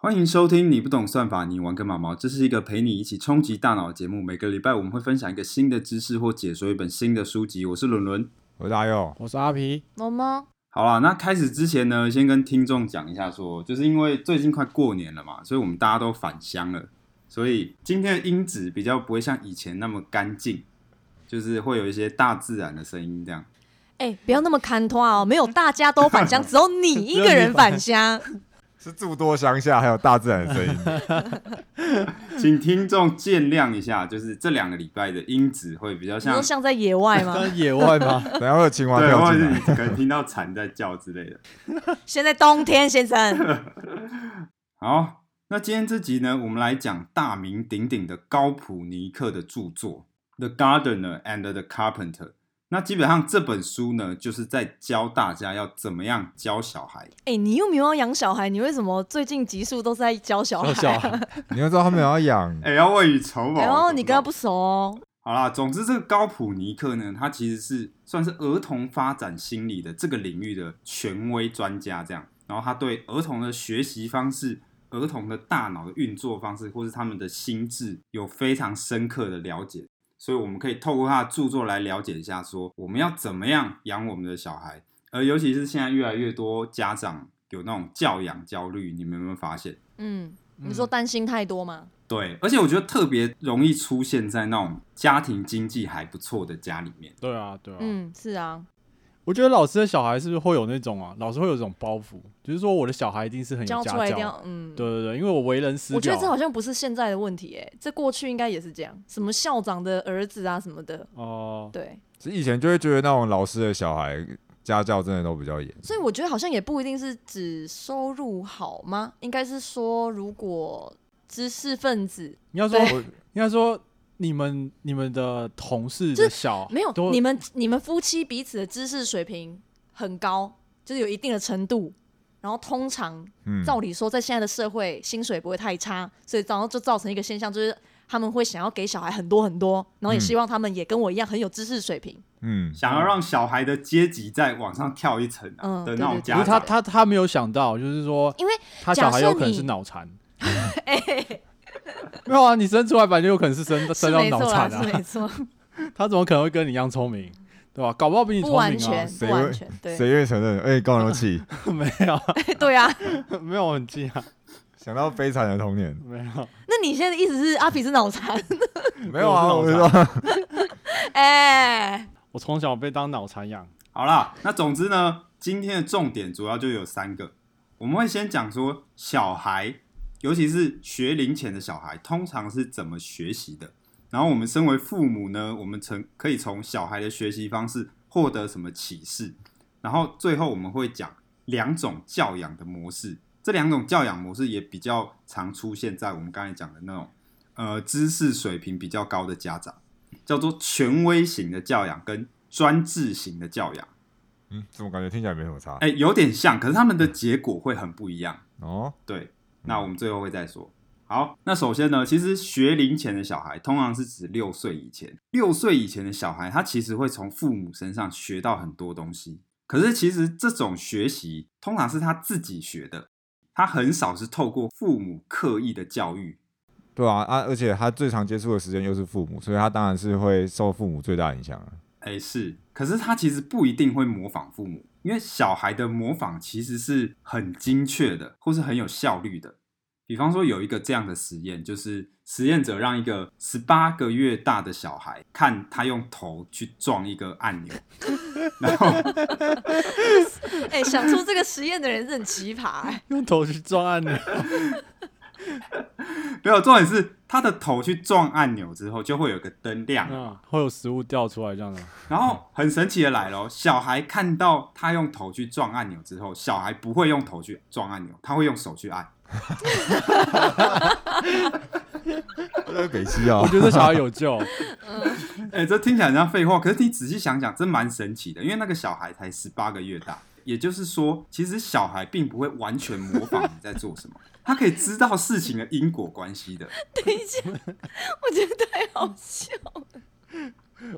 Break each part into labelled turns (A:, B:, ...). A: 欢迎收听，你不懂算法，你玩个毛毛。这是一个陪你一起冲击大脑的节目。每个礼拜我们会分享一个新的知识或解说一本新的书籍。我是伦伦。
B: 我哎是大佑，
C: 我是阿皮，
D: 萌萌，
A: 好啦，那开始之前呢，先跟听众讲一下说就是因为最近快过年了嘛，所以我们大家都返乡了，所以今天的音质比较不会像以前那么干净，就是会有一些大自然的声音这样。
D: 哎、不要那么看拖哦，没有大家都返乡，只有你一个人 返乡。
B: 是住多乡下，还有大自然的声 音。
D: 嗯
A: 请听众见谅一下，就是这两个礼拜的音质会比较
D: 你
A: 像
D: 说，像在野外 吗？
C: 在野外 吗？
B: 等下会有青蛙
A: 对，
B: 跳
A: 或者
B: 进
A: 是你
B: 来。
A: 可能听到蝉在叫之类的。
D: 现在冬天，先生，
A: 好，那今天这集呢，我们来讲大名鼎鼎的高普尼克的著作《The Gardener and the Carpenter》。那基本上这本书呢，就是在教大家要怎么样教小孩。
D: 哎、你又没有要养小孩，你为什么最近集数都是在教小孩？
C: 小小 孩，
B: 你要知道他们要养，
A: 哎、要未雨绸缪。
D: 然后你跟他
A: 要
D: 不熟哦，
A: 好啦，总之这个高普尼克呢，他其实是算是儿童发展心理的这个领域的权威专家，这样。然后他对儿童的学习方式、儿童的大脑的运作方式，或是他们的心智，有非常深刻的了解。所以我们可以透过他的著作来了解一下说我们要怎么样养我们的小孩。而尤其是现在越来越多家长有那种教养焦虑，你们有没有发现？
D: 嗯，你说担心太多吗？
A: 对，而且我觉得特别容易出现在那种家庭经济还不错的家里面。
C: 对啊，对啊。
D: 嗯，是啊，
C: 我觉得老师的小孩是不是会有那种啊，老师会有一种包袱，就是说我的小孩一定是很有
D: 教
C: 家
D: 出来一定
C: 教。
D: 要，嗯，
C: 对对对，因为我为人师表。
D: 我觉得这好像不是现在的问题、哎，这过去应该也是这样，什么校长的儿子啊什么的，
C: 哦、
D: 对，
B: 是以前就会觉得那种老师的小孩家教真的都比较严。
D: 所以我觉得好像也不一定是指收入好吗？应该是说，如果知识分子
C: 应该说
D: 对
B: 我，
C: 应该说你们你们的同事
D: 就
C: 的
D: 是
C: 小
D: 没有
C: 都
D: 你们你们夫妻彼此的知识水平很高，就是有一定的程度。然后通常
B: 嗯，
D: 照理说，在现在的社会，薪水不会太差，所以然后就造成一个现象，就是他们会想要给小孩很多很多，然后也
B: 嗯
D: 希望他们也跟我一样很有知识水平。
B: 嗯，
A: 想要让小孩的阶级再往上跳一层啊
D: 嗯
A: 的
D: 对
A: 那种
D: 对对
A: 家
C: 可
A: 长，
C: 是他他他没有想到，就是说，
D: 因为
C: 他小孩
D: 假设
C: 有可能
D: 你
C: 是脑 残。 没有啊，你生出来本来就有可能是生
D: 是
C: 生到
D: 没
C: 脑
D: 错啦，
C: 残
D: 是
C: 啊，
D: 没错，
C: 他怎么可能会跟你一样聪明，对吧？搞不好 比你聪
D: 不
C: 明啊。
D: 完全，不
B: 谁
D: 完
B: 会
D: 全，对，
B: 谁愿意承认？哎，高冷气，
C: 没有
D: 对啊。
C: 没有很近啊，
B: 想到悲惨的童年，
C: 没有。
D: 那你现在的意思是阿皮是脑残？
B: 没有啊，
C: 我
B: 我
C: 是
B: 是
C: 脑
B: 说，
D: 哎、
C: 我从小被当脑残养，
A: 好啦，那总之呢，今天的重点主要就有三个，我们会先讲说小孩，尤其是学龄前的小孩，通常是怎么学习的。然后我们身为父母呢，我们从可以从小孩的学习方式获得什么启示。然后最后我们会讲两种教养的模式，这两种教养模式也比较常出现在我们刚才讲的那种呃知识水平比较高的家长。叫做权威型的教养跟专制型的教养，
B: 嗯，怎么感觉听起来没什么差？
A: 哎、有点像，可是他们的结果会很不一样。
B: 哦，
A: 对，那我们最后会再说。好，那首先呢，其实学龄前的小孩通常是指六岁以前。六岁以前的小孩，他其实会从父母身上学到很多东西。可是其实这种学习通常是他自己学的，他很少是透过父母刻意的教育。
B: 对啊，啊，而且他最常接触的时间又是父母，所以他当然是会受父母最大影响啊。
A: 哎，是，可是他其实不一定会模仿父母，因为小孩的模仿其实是很精确的，或是很有效率的。比方说有一个这样的实验，就是实验者让一个十八个月大的小孩看他用头去撞一个按钮，然后
D: 哎、想出这个实验的人是很奇葩、哎
C: 用头去撞按钮，
A: 没有重点是他的头去撞按钮之后，就会有个灯亮，
C: 嗯，会有食物掉出来这样的。
A: 然后很神奇的来了哦，小孩看到他用头去撞按钮之后，小孩不会用头去撞按钮，他会用手去按。
B: 北西 啊
C: 我，觉得这小孩有救，
A: 哎、这听起来很像废话，可是你仔细想想，这蛮神奇的，因为那个小孩才十八个月大，也就是说，其实小孩并不会完全模仿你在做什么，他可以知道事情的因果关系的。
D: 等一下，我觉得太好笑。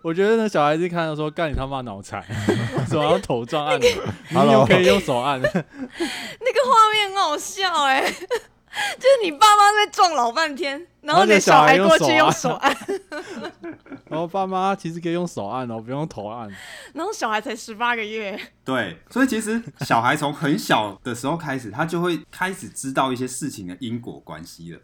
C: 我觉得那小孩子看到说干你他妈脑残， 为什么要头撞按钮？ 你
B: Hello
C: 又可以用手按，
D: 那个画面很好笑哎、就是你爸妈在撞老半天，然后
C: 后那
D: 你
C: 小
D: 小
C: 孩
D: 孩
C: 用
D: 过
C: 手啊
D: 去用
C: 按
D: 手哎按，
C: 然后爸妈其实可以用手按哦，不用头按。
D: 然后小孩才十八个月，
A: 对，所以其实小孩从很小的时候开始，他就会开始知道一些事情的因果关系了。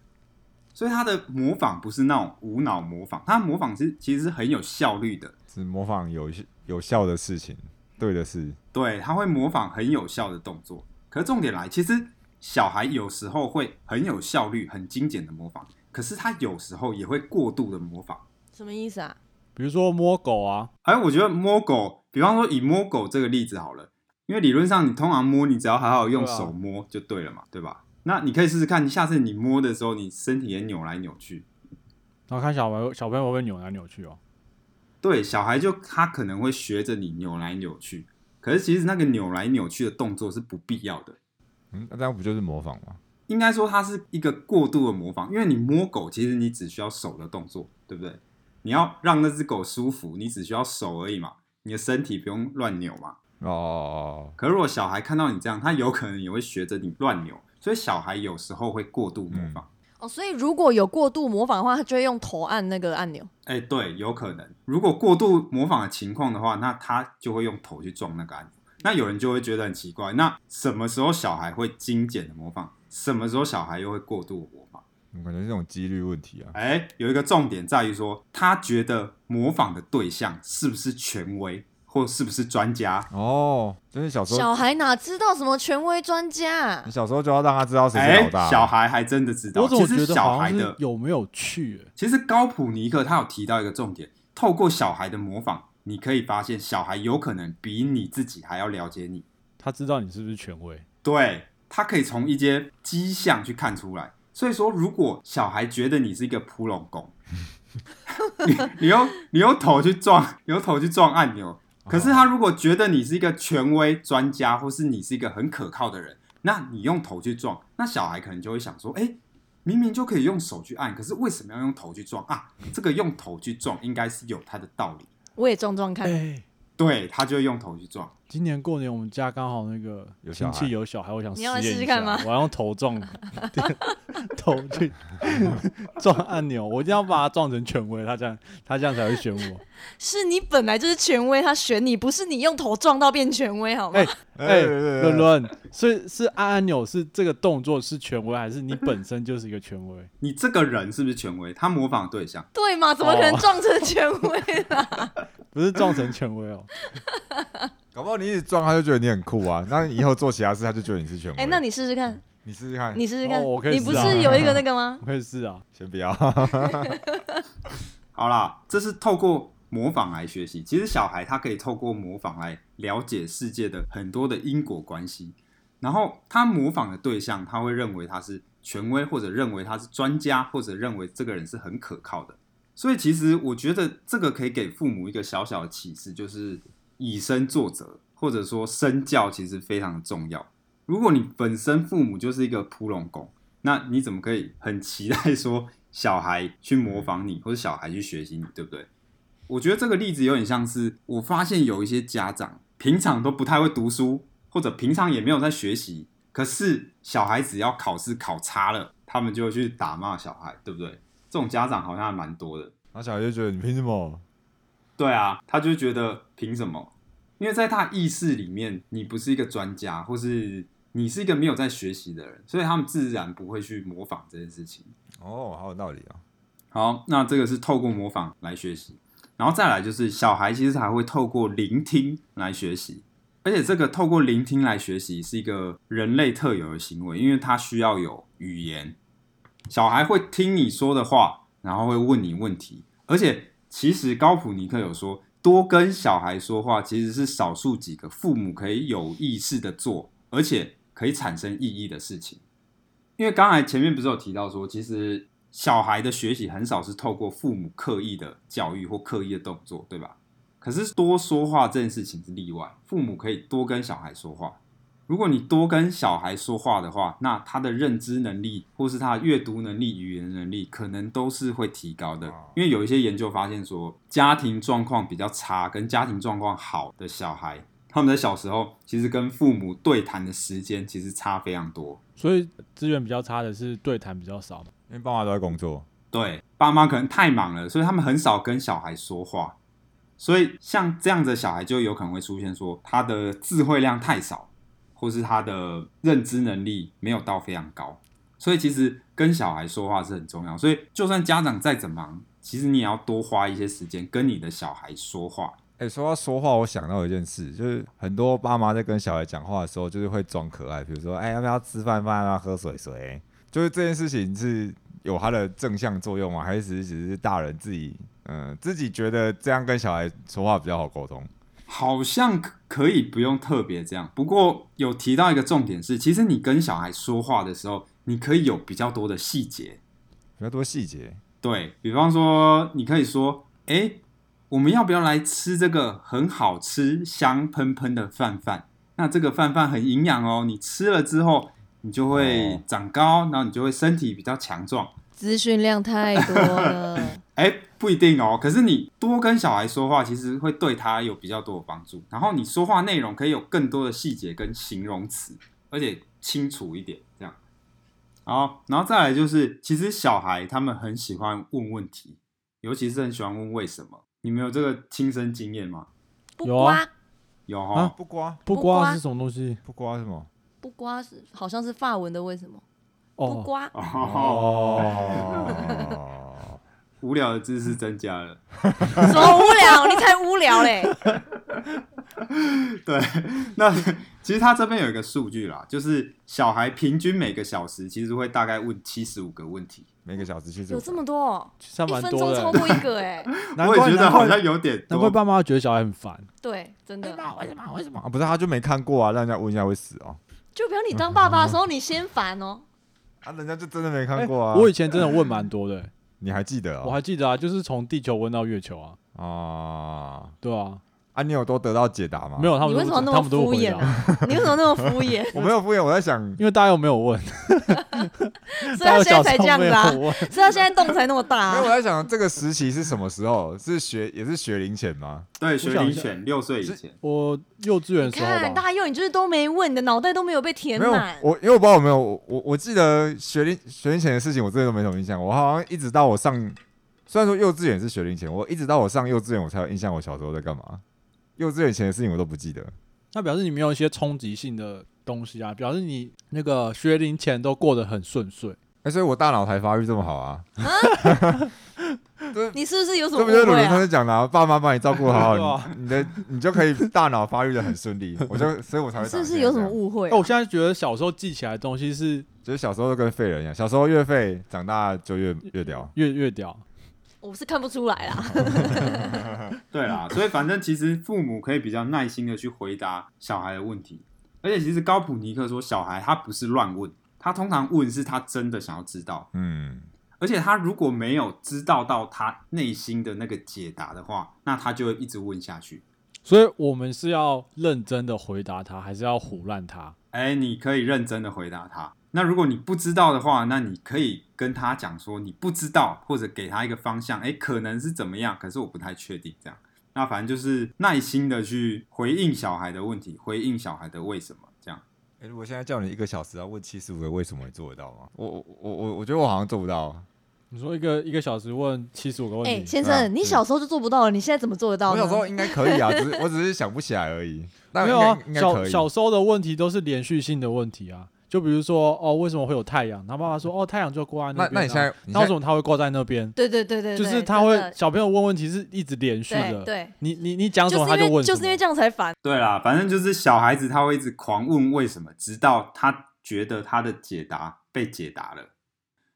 A: 所以他的模仿不是那种无脑模仿，他模仿是其实是很有效率的。
B: 只模仿有有效的事情，对的事。
A: 对，他会模仿很有效的动作。可是重点来，其实小孩有时候会很有效率、很精简的模仿，可是他有时候也会过度的模仿。
D: 什么意思啊？
C: 比如说摸狗啊，
A: 哎，我觉得摸狗，比方说以摸狗这个例子好了，因为理论上你通常摸，你只要好好用
C: 对啊
A: 手摸就对了嘛，对吧？那你可以试试看，你下次你摸的时候，你身体也扭来扭去。
C: 然后看小朋友小朋友会不会扭来扭去哦。
A: 对，小孩就他可能会学着你扭来扭去，可是其实那个扭来扭去的动作是不必要的。
B: 嗯，那这样不就是模仿吗？
A: 应该说它是一个过度的模仿，因为你摸狗，其实你只需要手的动作，对不对？你要让那只狗舒服，你只需要手而已嘛，你的身体不用乱扭嘛。
B: 哦哦
A: 可如果小孩看到你这样，他有可能也会学着你乱扭，所以小孩有时候会过度模仿。
D: 哦，所以如果有过度模仿的话，他就会用头按那个按钮。
A: 哎、对，有可能。如果过度模仿的情况的话，那他就会用头去撞那个按钮。那有人就会觉得很奇怪，那什么时候小孩会精简的模仿，什么时候小孩又会过度模仿？
B: 哦，我感觉是这种几率问题啊。
A: 哎，有一个重点在于说，他觉得模仿的对象是不是权威，或是不是专家？
B: 哦，就是小时候，
D: 小孩哪知道什么权威专家、啊
B: 你？小时候就要让他知道谁是
A: 哎
B: 老，大。
A: 小孩还真的知道。
C: 我怎
A: 其
C: 么觉
A: 实
C: 得
A: 小
C: 好
A: 孩
C: 像是
A: 的，
C: 有没有趣、欸？
A: 其实高普尼克他有提到一个重点，透过小孩的模仿，你可以发现小孩有可能比你自己还要了解你。
C: 他知道你是不是权威？
A: 对他可以从一些迹象去看出来。所以说，如果小孩觉得你是一个扑龙工， 你你用你用头去撞，你用头去撞按钮，可是他如果觉得你是一个权威专家，或是你是一个很可靠的人，那你用头去撞，那小孩可能就会想说，哎、明明就可以用手去按，可是为什么要用头去撞啊？这个用头去撞应该是有它的道理，
D: 我也撞撞
C: 哎、
D: 看，
A: 对他就会用头去撞。
C: 今年过年我们家刚好那个
B: 有小
C: 亲
B: 孩
C: 戚有小孩，我想
D: 你要来
C: 验
D: 试
C: 一
D: 试
C: 下
D: 看吗
C: 我要用头撞 头去撞按钮，我一定要把他撞成权威，他这样他这样才会选我。
D: 是你本来就是权威，他选你，不是你用头撞到变权威好吗？
C: 哎哎，
B: 对对对
C: 伦伦，所以是按按钮是这个动作是权威，还是你本身就是一个权威？
A: 你这个人是不是权威？他模仿的对象。
D: 对嘛？怎么可能
C: 哦
D: 撞成权威呢？
C: 不是撞成权威哦。
B: 搞不好你一直撞他就觉得你很酷啊，那你以后做其他事他就觉得你是权威。
D: 哎、那你试试看，
B: 你试试看，
D: 你试试看，
C: 哦我可以
D: 你不
C: 试啊
D: 是有一个那个吗？
C: 我也是啊，
B: 先不要。
A: 好啦，这是透过模仿来学习。其实小孩他可以透过模仿来了解世界的很多的因果关系。然后他模仿的对象，他会认为他是权威，或者认为他是专家，或者认为这个人是很可靠的。所以其实我觉得这个可以给父母一个小小的启示，就是以身作则，或者说身教其实非常的重要。如果你本身父母就是一个扑龙工，那你怎么可以很期待说小孩去模仿你，或者小孩去学习你，对不对？我觉得这个例子有点像是，我发现有一些家长平常都不太会读书，或者平常也没有在学习，可是小孩只要考试考差了，他们就会去打骂小孩，对不对？这种家长好像还蛮多的。
B: 然后小孩就觉得你凭什么？
A: 对啊，他就觉得凭什么？因为在他意识里面，你不是一个专家，或是你是一个没有在学习的人，所以他们自然不会去模仿这件事情。
B: 哦，好有道理啊。
A: 好，那这个是透过模仿来学习，然后再来就是小孩其实还会透过聆听来学习，而且这个透过聆听来学习是一个人类特有的行为，因为它需要有语言。小孩会听你说的话，然后会问你问题，而且其实高普尼克有说，多跟小孩说话其实是少数几个父母可以有意识的做，而且可以产生意义的事情。因为刚才前面不是有提到说，其实小孩的学习很少是透过父母刻意的教育或刻意的动作，对吧？可是多说话这件事情是例外，父母可以多跟小孩说话。如果你多跟小孩说话的话，那他的认知能力或是他的阅读能力、语言能力，可能都是会提高的
B: 哦。
A: 因为有一些研究发现说，家庭状况比较差跟家庭状况好的小孩，他们在小时候其实跟父母对谈的时间其实差非常多。
C: 所以资源比较差的是对谈比较少嘛。
B: 因为爸妈都在工作，
A: 对，爸妈可能太忙了，所以他们很少跟小孩说话，所以像这样子的小孩就有可能会出现说他的智慧量太少，或是他的认知能力没有到非常高。所以其实跟小孩说话是很重要，所以就算家长再怎么忙，其实你也要多花一些时间跟你的小孩说话。
B: 哎、说到说话，我想到一件事，就是很多爸妈在跟小孩讲话的时候，就是会装可爱，比如说，哎、要不要吃饭饭，要不要喝水水？就是这件事情是有它的正向作用吗？还是只是只是大人自己，嗯、自己觉得这样跟小孩说话比较好沟通？
A: 好像可可以不用特别这样，不过有提到一个重点是，其实你跟小孩说话的时候，你可以有比较多的细节，
B: 比较多细节，
A: 对比方说，你可以说：“哎、我们要不要来吃这个很好吃、香喷喷的饭饭？那这个饭饭很营养哦，你吃了之后，你就会
B: 哦
A: 长高，然后你就会身体比较强壮。
D: 资讯量太多了，
A: 哎、不一定哦。可是你多跟小孩说话，其实会对他有比较多的帮助。然后你说话内容可以有更多的细节跟形容词，而且清楚一点，这样。好，然后再来就是，其实小孩他们很喜欢问问题，尤其是很喜欢问为什么。你们有这个亲身经验吗？
D: 不
C: 有啊
D: 刮
A: 有哦哈、
C: 啊
B: 不刮
C: 不
D: 不
C: 瓜
D: 瓜
C: 是什么东西？
B: 不刮什么？
D: 不刮是好像是法文的，为什么？不
C: 哦，
D: 刮
A: 哦，
B: 哦，
A: 无聊的知识增加了。
D: 什么无聊？你才无聊嘞！
A: 对，那 其实他这边有一个数据啦，就是小孩平均每个小时其实会大概问七十五个问题。
B: 每个小时去
D: 有这么多哦，
C: 像
D: 一
C: 蛮
D: 分
C: 多
D: 钟超
C: 的。
D: 过 一个哎，
C: 难
A: 我
C: 怪
A: 也觉得
C: 难
A: 好
C: 怪
A: 像有点
C: 难怪
A: 多。
C: 爸妈觉得小孩很烦。
D: 对，真的。
B: 为什么？为什么？不是，他就没看过啊，让人家问一下会死哦。
D: 就比如你当爸爸的时候，你先 烦哦。
B: 啊，人家就真的没看过啊。
C: 我以前真的问蛮多的、
B: 你还记得哦？
C: 我还记得啊，就是从地球问到月球啊，
B: 啊
C: 对啊，
B: 啊，你有都得到解答吗？
C: 没有他们
D: 你
C: 都
D: 为什么那
C: 他
D: 么
C: 们都
D: 敷
C: 会回
D: 衍
C: 答，
D: 啊？你为什么那么敷衍？
B: 我没有敷衍，我在想，
C: 因为大家又没有问，
D: 所以
C: 大家
D: 他现在
C: 小
D: 才
C: 时
D: 这
C: 候
D: 样
C: 没
D: 子
C: 有
D: 啊，
C: 问，
D: 所以他现在动才那么大
B: 没有我
D: 啊。
B: 在想这个时期是什么时候？是学也是学龄前吗？
A: 对，学
C: 想
A: 龄
C: 一下
A: 前六岁以
B: 是
A: 前，
C: 我幼稚园
D: 你
C: 的时
D: 看
C: 候吧，
D: 大佑，你就是都没问，你的脑袋都没有被填
B: 没有
D: 满，。
B: 我因为我不知道有没有我我我记得学龄学龄前的事情，我真的都没什么印象。我好像一直到我上，虽然说幼稚园是学龄前，我一直到我上幼稚园我才有印象我小时候在干嘛。幼稚园前的事情我都不记得。
C: 那表示你没有一些冲击性的东西啊，表示你那个学龄前都过得很顺遂。
B: 哎、所以我大脑才发育这么好啊！
D: 你是不是有什
B: 这
D: 么误
B: 不就是鲁
D: 会
B: 伦上
D: 啊？
B: 次讲的、啊，爸妈把你照顾好
C: 对
B: 好，
C: 啊
B: 你你的你就可以大脑发育的很顺利。我就所以，我才会
D: 是不
B: 长
D: 是
B: 得
D: 有
B: 现
D: 什
B: 在
D: 么
B: 这样？
D: 误会
C: 哎，？我现在觉得小时候记起来的东西是
B: 就是小时候就跟废人一样，小时候越废，长大就越越屌。
C: 越越屌，
D: 我是看不出来啊啦。
A: 对啦，所以反正其实父母可以比较耐心的去回答小孩的问题，而且其实高普尼克说，小孩他不是乱问，他通常问是他真的想要知道，
B: 嗯，
A: 而且他如果没有知道到他内心的那个解答的话，那他就会一直问下去。
C: 所以我们是要认真的回答他，还是要胡乱他？
A: 哎，你可以认真的回答他。那如果你不知道的话，那你可以跟他讲说你不知道，或者给他一个方向，哎，可能是怎么样，可是我不太确定这样。那反正就是耐心的去回应小孩的问题，回应小孩的为什么这样。
B: 哎，如果现在叫你一个小时要问七十五个为什么，你做得到吗？我我我我我觉得我好像做不到。
C: 你说一个一个小时问七十五个问
D: 哎，
C: 题，
D: 先
B: 对啊
D: 生，你小时候就做不到了，你现在怎么做得到
B: 我
D: 呢
B: 小时？候应该可以啊，只是我只是想不起来而 已。但
C: 没有
B: 应
C: 啊
B: 该应，该
C: 小
B: 可以。
C: 小时候的问题都是连续性的问题啊，就比如说哦，为什么会有太阳？他爸爸说哦，太阳就挂在
B: 那
C: 边、
B: 那你现在，你
C: 那为
B: 现在
C: 什么他会挂在那边？
D: 对对对对，对
C: 就是他会
D: 真的
C: 小朋友问问题是一直连续
D: 对
C: 的，
D: 对，
C: 你你你讲什
D: 就
C: 么他
D: 是因为
C: 问什
D: 就
C: 么，
D: 是因为这样才烦。
A: 对啦，反正就是小孩子他会一直狂问为什么，直到他觉得他的解答被解答了。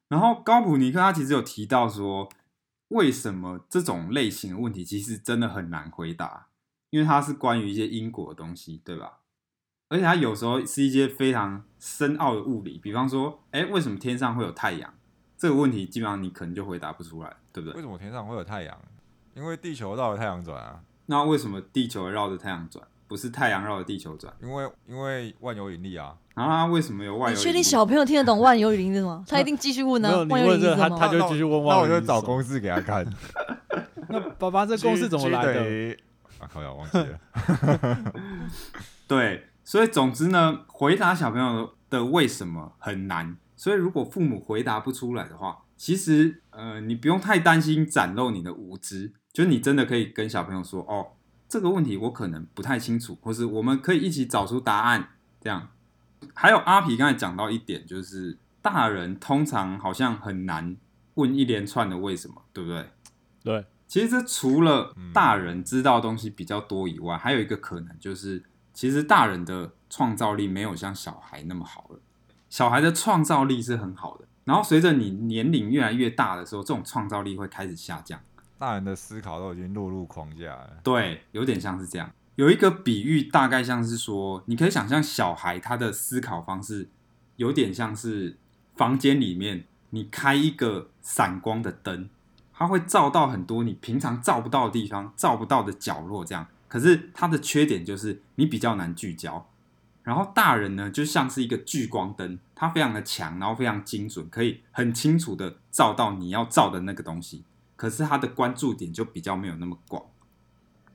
A: 然后高普尼克他其实有提到说，为什么这种类型的问题其实真的很难回答，因为它是关于一些因果的东西，对吧？而且它有时候是一些非常深奥的物理，比方说，哎，为什么天上会有太阳？这个问题基本上你可能就回答不出来，对不
B: 为
A: 对？
B: 什么天上会有太阳？因为地球绕着太阳转啊。
A: 那为什么地球绕着太阳转，不是太阳绕着地球转？
B: 因为因为万有引力啊。
A: 然后它为什么有外
D: 你
A: 有
D: 确
A: 引
D: 定
A: 力
D: 小朋友听得懂万有引力 吗？他一定继续问
C: 没
D: 啊
C: 有，你
D: 万有
C: 问
D: 引力
C: 这
D: 是
C: 个他
D: 什么
C: 他就
B: 那
C: 继续问
B: 那
C: 万
B: 我
C: 有
B: 就
C: 引力
B: 找
C: 是什么
B: 公式给他看。
C: 那爸爸这公式怎么来的？
B: 居？居等于靠呀，忘记啊了。
A: 对，所以总之呢，回答小朋友的为什么很难。所以如果父母回答不出来的话，其实呃，你不用太担心展露你的无知，就你真的可以跟小朋友说，哦，这个问题我可能不太清楚，或是我们可以一起找出答案。这样，还有阿皮刚才讲到一点，就是大人通常好像很难问一连串的为什么，对不对？
C: 对，
A: 其实这除了大人知道东西比较多以外，还有一个可能就是，其实大人的创造力没有像小孩那么好了。小孩的创造力是很好的，然后随着你年龄越来越大的时候，这种创造力会开始下降。
B: 大人的思考都已经落入框架了。
A: 对，有点像是这样。有一个比喻，大概像是说，你可以想象小孩他的思考方式，有点像是房间里面你开一个闪光的灯，它会照到很多你平常照不到的地方、照不到的角落，这样。可是它的缺点就是你比较难聚焦。然后大人呢，就像是一个聚光灯，它非常的强，然后非常精准，可以很清楚的照到你要照的那个东西。可是它的关注点就比较没有那么广。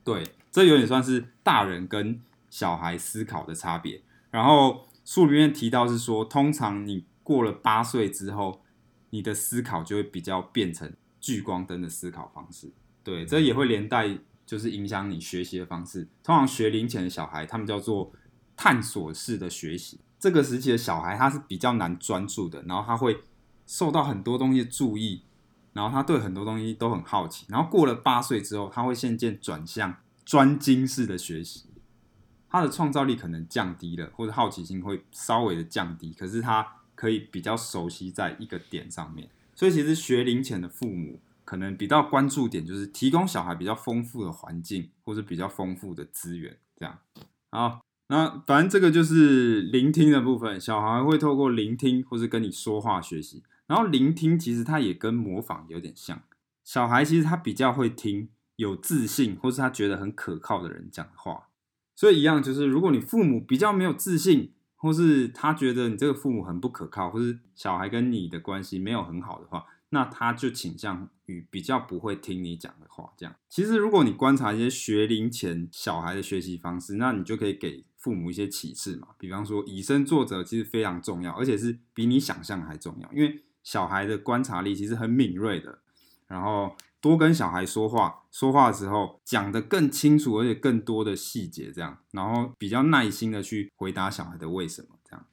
A: 对，这有点算是大人跟小孩思考的差别。然后书里面提到是说，通常你过了八岁之后，你的思考就会比较变成聚光灯的思考方式。对，这也会连带就是影响你学习的方式。通常学龄前的小孩，他们叫做探索式的学习。这个时期的小孩，他是比较难专注的，然后他会受到很多东西的注意，然后他对很多东西都很好奇。然后过了八岁之后，他会渐渐转向专精式的学习，他的创造力可能降低了，或者好奇心会稍微的降低，可是他可以比较熟悉在一个点上面。所以其实学龄前的父母可能比较关注点就是提供小孩比较丰富的环境，或者比较丰富的资源，这样。好，那反正这个就是聆听的部分，小孩会透过聆听或是跟你说话学习。然后聆听其实它也跟模仿有点像，小孩其实他比较会听有自信或是他觉得很可靠的人讲的话，所以一样就是如果你父母比较没有自信，或是他觉得你这个父母很不可靠，或是小孩跟你的关系没有很好的话，那他就倾向于比较不会听你讲的话。这样，其实如果你观察一些学龄前小孩的学习方式，那你就可以给父母一些启示嘛。比方说，以身作则其实非常重要，而且是比你想象还重要，因为小孩的观察力其实很敏锐的。然后多跟小孩说话，说话的时候讲得更清楚，而且更多的细节，这样，然后比较耐心的去回答小孩的为什么，这样。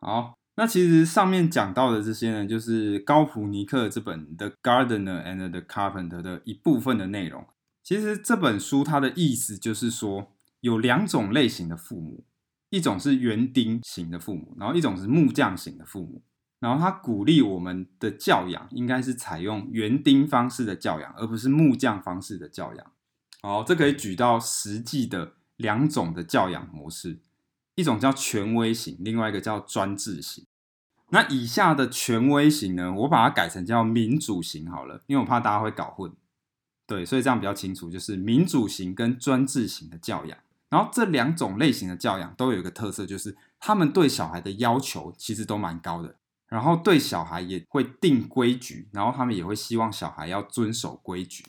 A: 好，那其实上面讲到的这些呢，就是高普尼克这本《The Gardener and the Carpenter》的一部分的内容。其实这本书它的意思就是说，有两种类型的父母，一种是园丁型的父母，然后一种是木匠型的父母。然后他鼓励我们的教养应该是采用园丁方式的教养，而不是木匠方式的教养。好，这可以举到实际的两种的教养模式，一种叫权威型，另外一个叫专制型。那以下的权威型呢，我把它改成叫民主型好了，因为我怕大家会搞混。对，所以这样比较清楚，就是民主型跟专制型的教养。然后这两种类型的教养都有一个特色，就是他们对小孩的要求其实都蛮高的。然后对小孩也会定规矩，然后他们也会希望小孩要遵守规矩，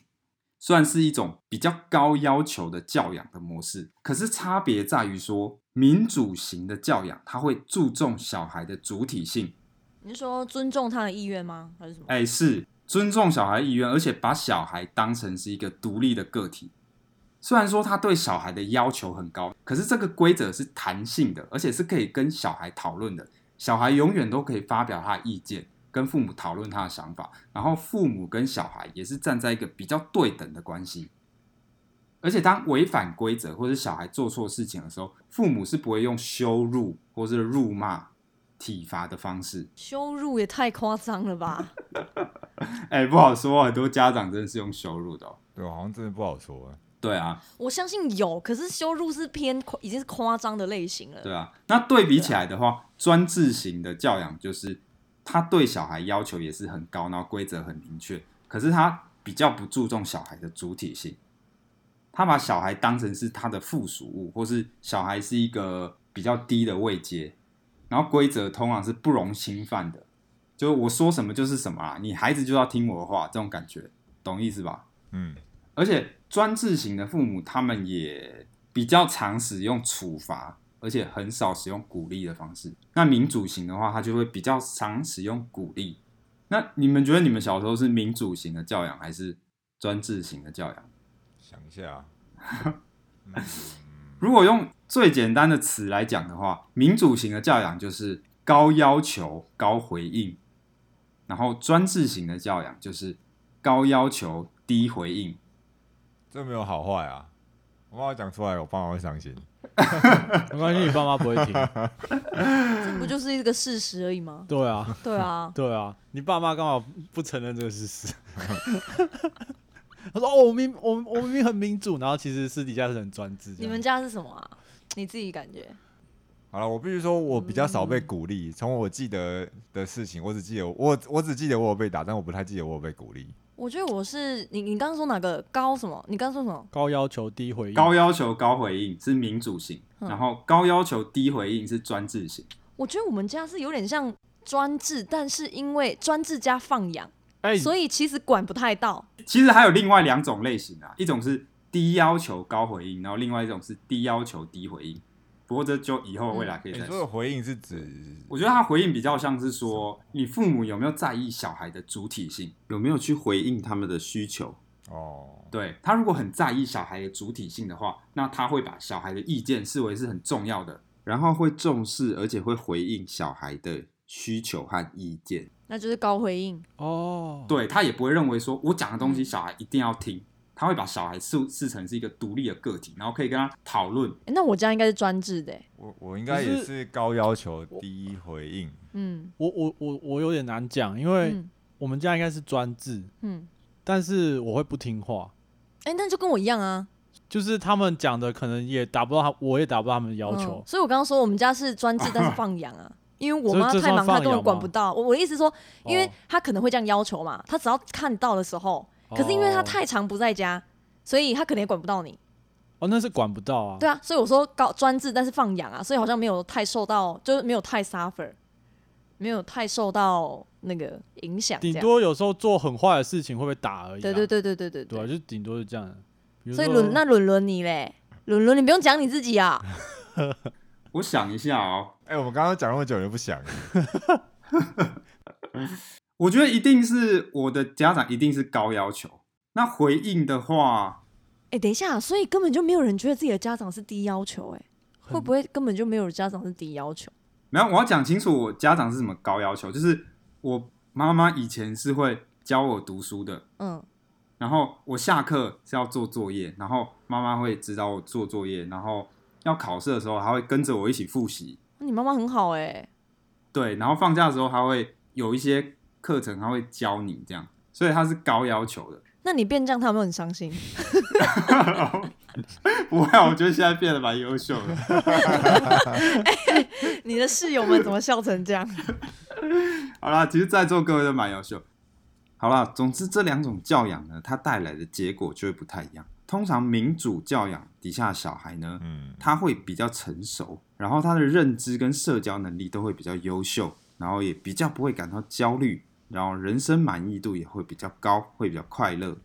A: 算是一种比较高要求的教养的模式。可是差别在于说，民主型的教养，它会注重小孩的主体性，
D: 你是说尊重他的意愿吗？还是什么？
A: 哎，是尊重小孩意愿，而且把小孩当成是一个独立的个体。虽然说他对小孩的要求很高，可是这个规则是弹性的，而且是可以跟小孩讨论的。小孩永远都可以发表他的意见，跟父母讨论他的想法，然后父母跟小孩也是站在一个比较对等的关系。而且，当违反规则或者小孩做错事情的时候，父母是不会用羞辱或是辱骂、体罚的方式，
D: 羞辱也太夸张了 吧！
A: 哎、不好说，很多家长真的是用羞辱的、哦。
B: 对，好像真的不好说。
A: 对啊，
D: 我相信有，可是羞辱是偏夸已经是夸张的类型了。
A: 对啊。那对比起来的话，专制型的教养就是他对小孩要求也是很高，然后规则很明确，可是他比较不注重小孩的主体性，他把小孩当成是他的附属物，或是小孩是一个比较低的位阶，然后规则通常是不容侵犯的，就是我说什么就是什么啊，你孩子就要听我的话，这种感觉，懂意思吧？
B: 嗯，
A: 而且专制型的父母他们也比较常使用处罚，而且很少使用鼓励的方式。那民主型的话，他就会比较常使用鼓励。那你们觉得你们小时候是民主型的教养还是专制型的教养？
B: 想一下，啊
A: 如果用最简单的词来讲的话，民主型的教养就是高要求、高回应；然后专制型的教养就是高要求、低回应。
B: 这没有好坏啊。我妈妈讲出来，我爸妈会伤心。
C: 没关系，你爸妈不会听。
D: 这不就是一个事实而已吗？
C: 对啊，
D: 对啊，
C: 对啊，你爸妈干嘛不承认这个事实？ 他说：“哦，我明我我明明很民主，然后其实私底下是很专制。”
D: 你们家是什么啊？你自己感觉？
B: 好了，我必须说，我比较少被鼓励。从我记得的事情，我只记得我我只记得我有被打，但我不太记得我有被鼓励。
D: 我觉得我是你，你刚刚说哪个高什么？你刚刚说什么？
C: 高要求低回应，
A: 高要求、高回应是民主型，
D: 嗯
A: 然后高要求、低回应是专制型。
D: 我觉得我们家是有点像专制，但是因为专制加放养，
C: 哎、
D: 所以其实管不太到。
A: 其实还有另外两种类型啊，一种是低要求、高回应，然后另外一种是低要求、低回应。不过这就以后未来可以
B: 你
A: 再
B: 说
A: 说。
B: 的回应是指
A: 我觉得他回应比较像是说，你父母有没有在意小孩的主体性，有没有去回应他们的需求？
B: 哦，
A: 对他如果很在意小孩的主体性的话，那他会把小孩的意见视为是很重要的，然后会重视，而且会回应小孩的需求和意见。
D: 那就是高回应，
C: 哦，
A: 对他也不会认为说我讲的东西小孩一定要听，他会把小孩视视成是一个独立的个体，然后可以跟他讨论。
D: 诶那我家应该是专制的、欸
B: 我我应该也
C: 可
B: 是高要求低回应，
D: 嗯
C: 我我我我有点难讲，因为
D: 嗯
C: 我们家应该是专制，
D: 嗯，
C: 但是我会不听话，
D: 哎、那就跟我一样啊，
C: 就是他们讲的可能也达不到他，我也达不到他们的要求
D: 嗯。所以我刚刚说我们家是专制，但是放养啊。因为我妈
C: 这这
D: 太忙，
C: 算放养
D: 她根本管
C: 吗
D: 不到。我我的意思说，因为
C: 哦
D: 她可能会这样要求嘛，她只要看到的时候，可是因为她
C: 哦
D: 太常不在家，所以她可能也管不到你。
C: 哦，那是管不到啊。
D: 嗯对啊，所以我说高专制，但是放养啊，所以好像没有太受到，就是没有太 suffer，没有太受到那个影响。
C: 顶
D: 这样
C: 多有时候做很坏的事情会被打而已啊。
D: 对对对对对对
C: 对啊，就顶多是这样。比如
D: 所以
C: 说
D: 轮那轮轮你嘞，轮轮你不用讲你自 己啊，
A: 我想一下哦，
B: 哎、我们刚刚讲那么久，你又不想，
A: 我觉得一定是我的家长一定是高要求。那回应的话，
D: 哎、等一下，所以根本就没有人觉得自己的家长是低要求、欸，
C: 很
D: 会不会根本就没有家长是低要求？
A: 没有，我要讲清楚我家长是什么高要求，就是我妈妈以前是会教我读书的，
D: 嗯，
A: 然后我下课是要做作业，然后妈妈会指导我做作业，然后要考试的时候，她会跟着我一起复习。
D: 你妈妈很好哎、
A: 对，然后放假的时候，她会有一些课程，她会教你这样，所以她是高要求的。
D: 那你变这样，他有没有很伤心？
A: 不会啊，我觉得现在变得蛮优秀的。
D: 你的室友们怎么笑成 这样？
A: 好啦，其实在座各位都蛮优秀。好啦，总之这两种教养呢，它带来的结果就会不太一样。通常民主教养底下的小孩呢，
B: 嗯，
A: 他会比较成熟，然后他的认知跟社交能力都会比较优秀，然后也比较不会感到焦虑，然后人生满意度也会比较高，会比较快乐。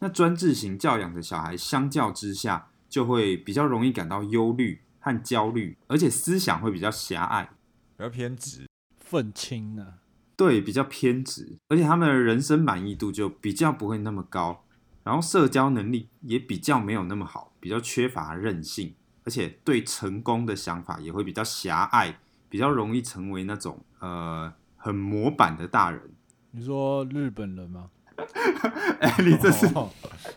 A: 那专制型教养的小孩，相较之下就会比较容易感到忧虑和焦虑，而且思想会比较狭隘，
B: 比较偏执。
C: 愤青啊呢？
A: 对，比较偏执，而且他们的人生满意度就比较不会那么高，然后社交能力也比较没有那么好，比较缺乏韧性，而且对成功的想法也会比较狭隘，比较容易成为那种呃很模板的大人。
C: 你说日本人吗？
A: 哎、你这是
C: 哦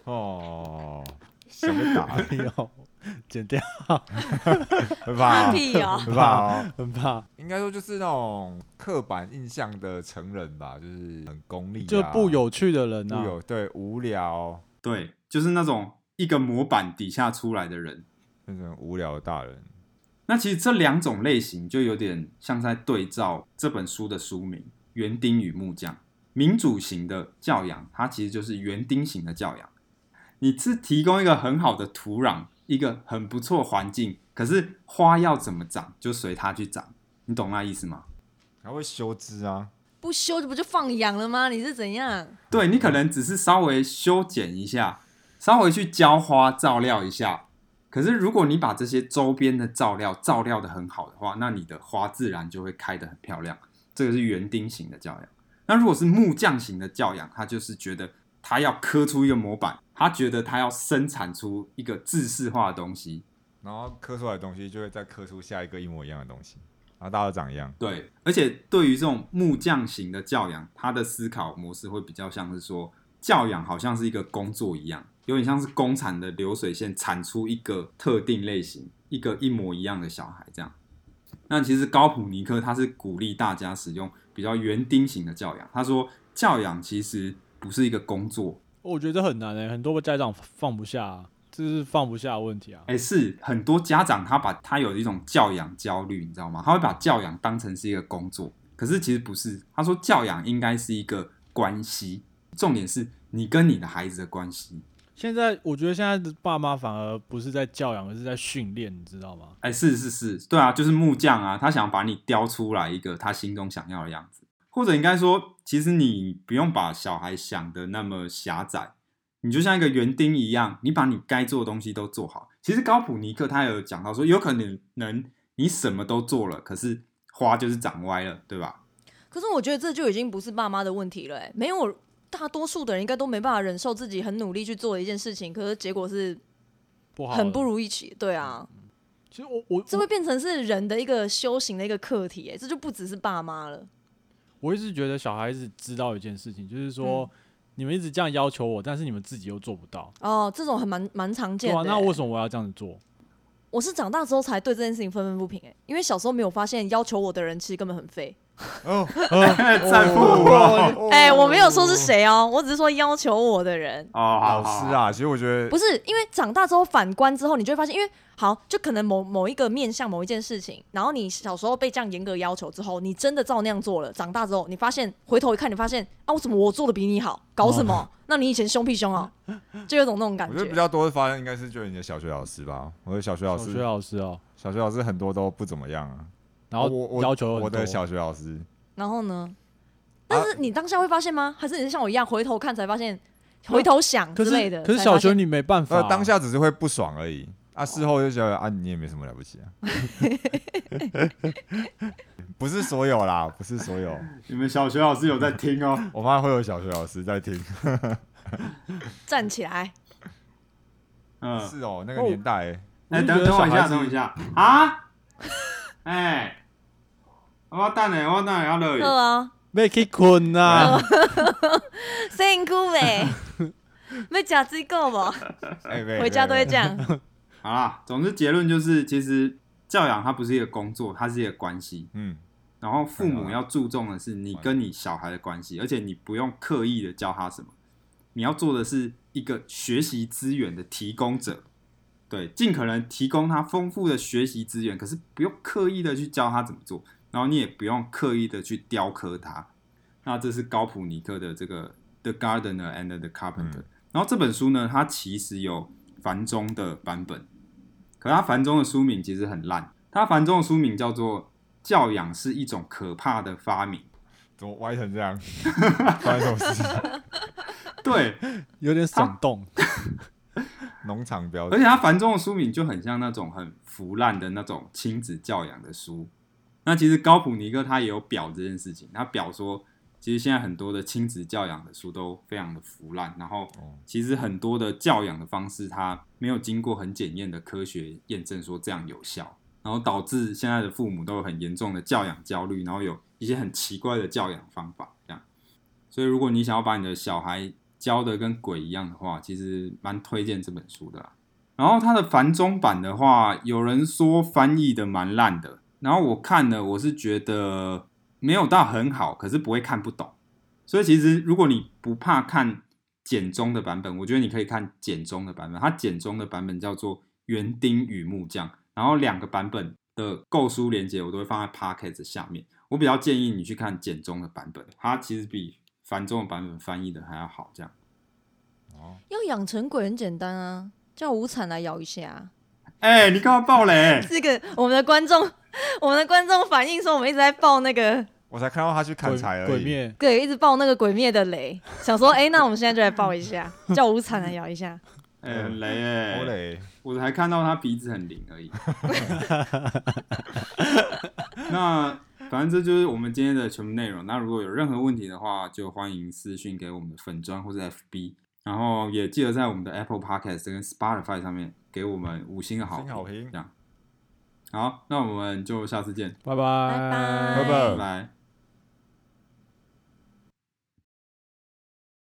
B: 哦，想被 打，
C: 哎呦，剪掉，
B: 很怕、哦，
D: 屁呀、
B: 很怕、哦。
C: 很怕，
B: 应该说就是那种刻板印象的成人吧，就是很功利、啊，
C: 就不有趣的人
B: 不
C: 啊。
B: 有对无聊
A: 对，就是那种一个模板底下出来的人。
B: 那种无聊的大人。
A: 那其实这两种类型就有点像在对照这本书的书名《园丁与木匠》。民主型的教养，它其实就是园丁型的教养。你是提供一个很好的土壤，一个很不错环境，可是花要怎么长就随它去长，你懂那意思吗？
B: 他会修枝啊，
D: 不修这不就放养了吗？你是怎样？
A: 对你可能只是稍微修剪一下，稍微去浇花照料一下。可是如果你把这些周边的照料照料的很好的话，那你的花自然就会开得很漂亮。这个是园丁型的教养。那如果是木匠型的教养，他就是觉得他要刻出一个模板，他觉得他要生产出一个制式化的东西。
B: 然后刻出来的东西就会再刻出下一个一模一样的东西，然后大家都长一样。
A: 对，而且对于这种木匠型的教养，他的思考模式会比较像是说，教养好像是一个工作一样，有点像是工厂的流水线产出一个特定类型，一个一模一样的小孩这样。那其实高普尼克他是鼓励大家使用比较园丁型的教养，他说教养其实不是一个工作，
C: 我觉得很难诶、欸很多家长放不下、啊，这是放不下的问题啊。
A: 哎，是很多家长他把他有一种教养焦虑，你知道吗？他会把教养当成是一个工作，可是其实不是。他说教养应该是一个关系，重点是你跟你的孩子的关系。
C: 现在我觉得现在的爸妈反而不是在教养，而是在训练，你知道吗？
A: 哎，是是是，对啊，就是木匠啊，他想把你雕出来一个他心中想要的样子，或者应该说，其实你不用把小孩想的那么狭窄，你就像一个园丁一样，你把你该做的东西都做好。其实高普尼克他有讲到说，有可能能你什么都做了，可是花就是长歪了，对吧？
D: 可是我觉得这就已经不是爸妈的问题了、欸，没有大多数的人应该都没办法忍受自己很努力去做一件事情，可是结果是
C: 不好的，
D: 很不如预期。对啊，
C: 嗯其实我我
D: 这会变成是人的一个修行的一个课题、欸，哎，这就不只是爸妈了。
C: 我一直觉得小孩子知道一件事情，就是说、你们一直这样要求我，但是你们自己又做不到，
D: 哦，这种很蛮蛮常
C: 对
D: 见的、
C: 啊，那
D: 欸
C: 为什么我要这样子做？
D: 我是长大之后才对这件事情愤愤不平哎、因为小时候没有发现要求我的人其实根本很废。
B: 哦，
A: 在乎我
D: 哎、我没有说是谁哦，我只是说要求我的人。
A: 哦，
B: 老
A: 好好
B: 师啊。其实我觉得
D: 不是因为长大之后反观之后，你就会发现，因为好，就可能某某一个面向某一件事情，然后你小时候被这样严格要求之后，你真的照那样做了。长大之后，你发现回头一看，你发现啊，我怎么我做的比你好？搞什么？ 那你以前凶屁凶哦，就有种那种感
B: 我觉得比较多的发现应该是就是你的小学老师吧。我的小学老
C: 小
B: 师
C: 学，老师哦，
B: 小学老师很多都不怎么样啊。
C: 然后
B: 我我
C: 要求
B: 我
C: 很
B: 的
C: 多
B: 小学老师，
D: 然后呢？但是你当下会发现啊吗？还是你是像我一样回头看才发现，回头想
C: 可
D: 之
C: 是
D: 类的？
C: 可是
D: 才
C: 小
D: 发
C: 学
D: 现
C: 你没办法、啊
B: 呃，当下只是会不爽而已。啊，事后就觉得啊，你也没什么了不 起啊。不是所有啦，不是所有。
A: 你们小学老师有在听哦？
B: 我妈会有小学老师在听。
D: 站起 来，
A: 嗯，
B: 是哦，那个年代、
A: 哎、等
C: 就觉得
A: 等我一
C: 小孩
A: 下，
C: 子
A: 等我一下啊！ 哎、我等下，我等下要落去
D: 饿。啊，
C: 没去困啊呐，
D: 辛苦呗，没假机够不？
B: 哎、喂
D: 回家都会
B: 喂
D: 这样。
A: 好啦，总之结论就是，其实教养它不是一个工作，它是一个关系。
B: 嗯，
A: 然后父母要注重的是你跟你小孩的关系，而且你不用刻意的教他什么，你要做的是一个学习资源的提供者，对，尽可能提供他丰富的学习资源，可是不用刻意的去教他怎么做，然后你也不用刻意的去雕刻他。那这是高普尼克的这个《The Gardener and the Carpenter》
B: 嗯
A: 然后这本书呢，它其实有繁中的版本，可它繁中的书名其实很烂，它繁中的书名叫做《教养是一种可怕的发明
B: 怎么歪成这样？发生什么事？》。
A: 对，
C: 有点耸动。
B: 农场标
A: 而且它繁中的书名就很像那种很腐烂的那种亲子教养的书。那其实高普尼克他也有表这件事情，他表说，其实现在很多的亲子教养的书都非常的腐烂，然后
B: 哦
A: 其实很多的教养的方式，它没有经过很检验的科学验证说这样有效，然后导致现在的父母都有很严重的教养焦虑，然后有一些很奇怪的教养方法这样。所以如果你想要把你的小孩教的跟鬼一样的话，其实蛮推荐这本书的啦。然后它的繁中版的话，有人说翻译的蛮烂的，然后我看了，我是觉得没有到很好，可是不会看不懂。所以其实如果你不怕看简中的版本，我觉得你可以看简中的版本。它简中的版本叫做《园丁与木匠》，然后两个版本的购书链接我都会放在 Pocket 下面。我比较建议你去看简中的版本，它其实比繁中的版本翻译的还要好。这样，
D: 要养成鬼很简单啊，叫无惨来咬一下。啊
A: 哎、你干嘛爆雷？
D: 这个我们的观众， 我们的观众反映说，我们一直在爆那个，
B: 我 才看到他去砍
C: 鬼
B: 柴而
C: 鬼
B: 已。
C: 灭，
D: 对，一直爆那个鬼灭的雷，想说，哎、那我们现在就来爆一下，叫无惨来咬一下。
A: 哎哎、很雷哎、
B: 欧蕾，
A: 我还看到他鼻子很灵而 已。那反正这就是我们今天的全部内容。那如果有任何问题的话，就欢迎私讯给我们的粉砖或者 FB，然后也记得在我们的 Apple Podcast 跟 Spotify 上面给我们五星的好
B: 五星好评
A: 这样，好，那我们就下次见，
C: 拜
D: 拜
C: 拜
B: 拜
A: 拜拜。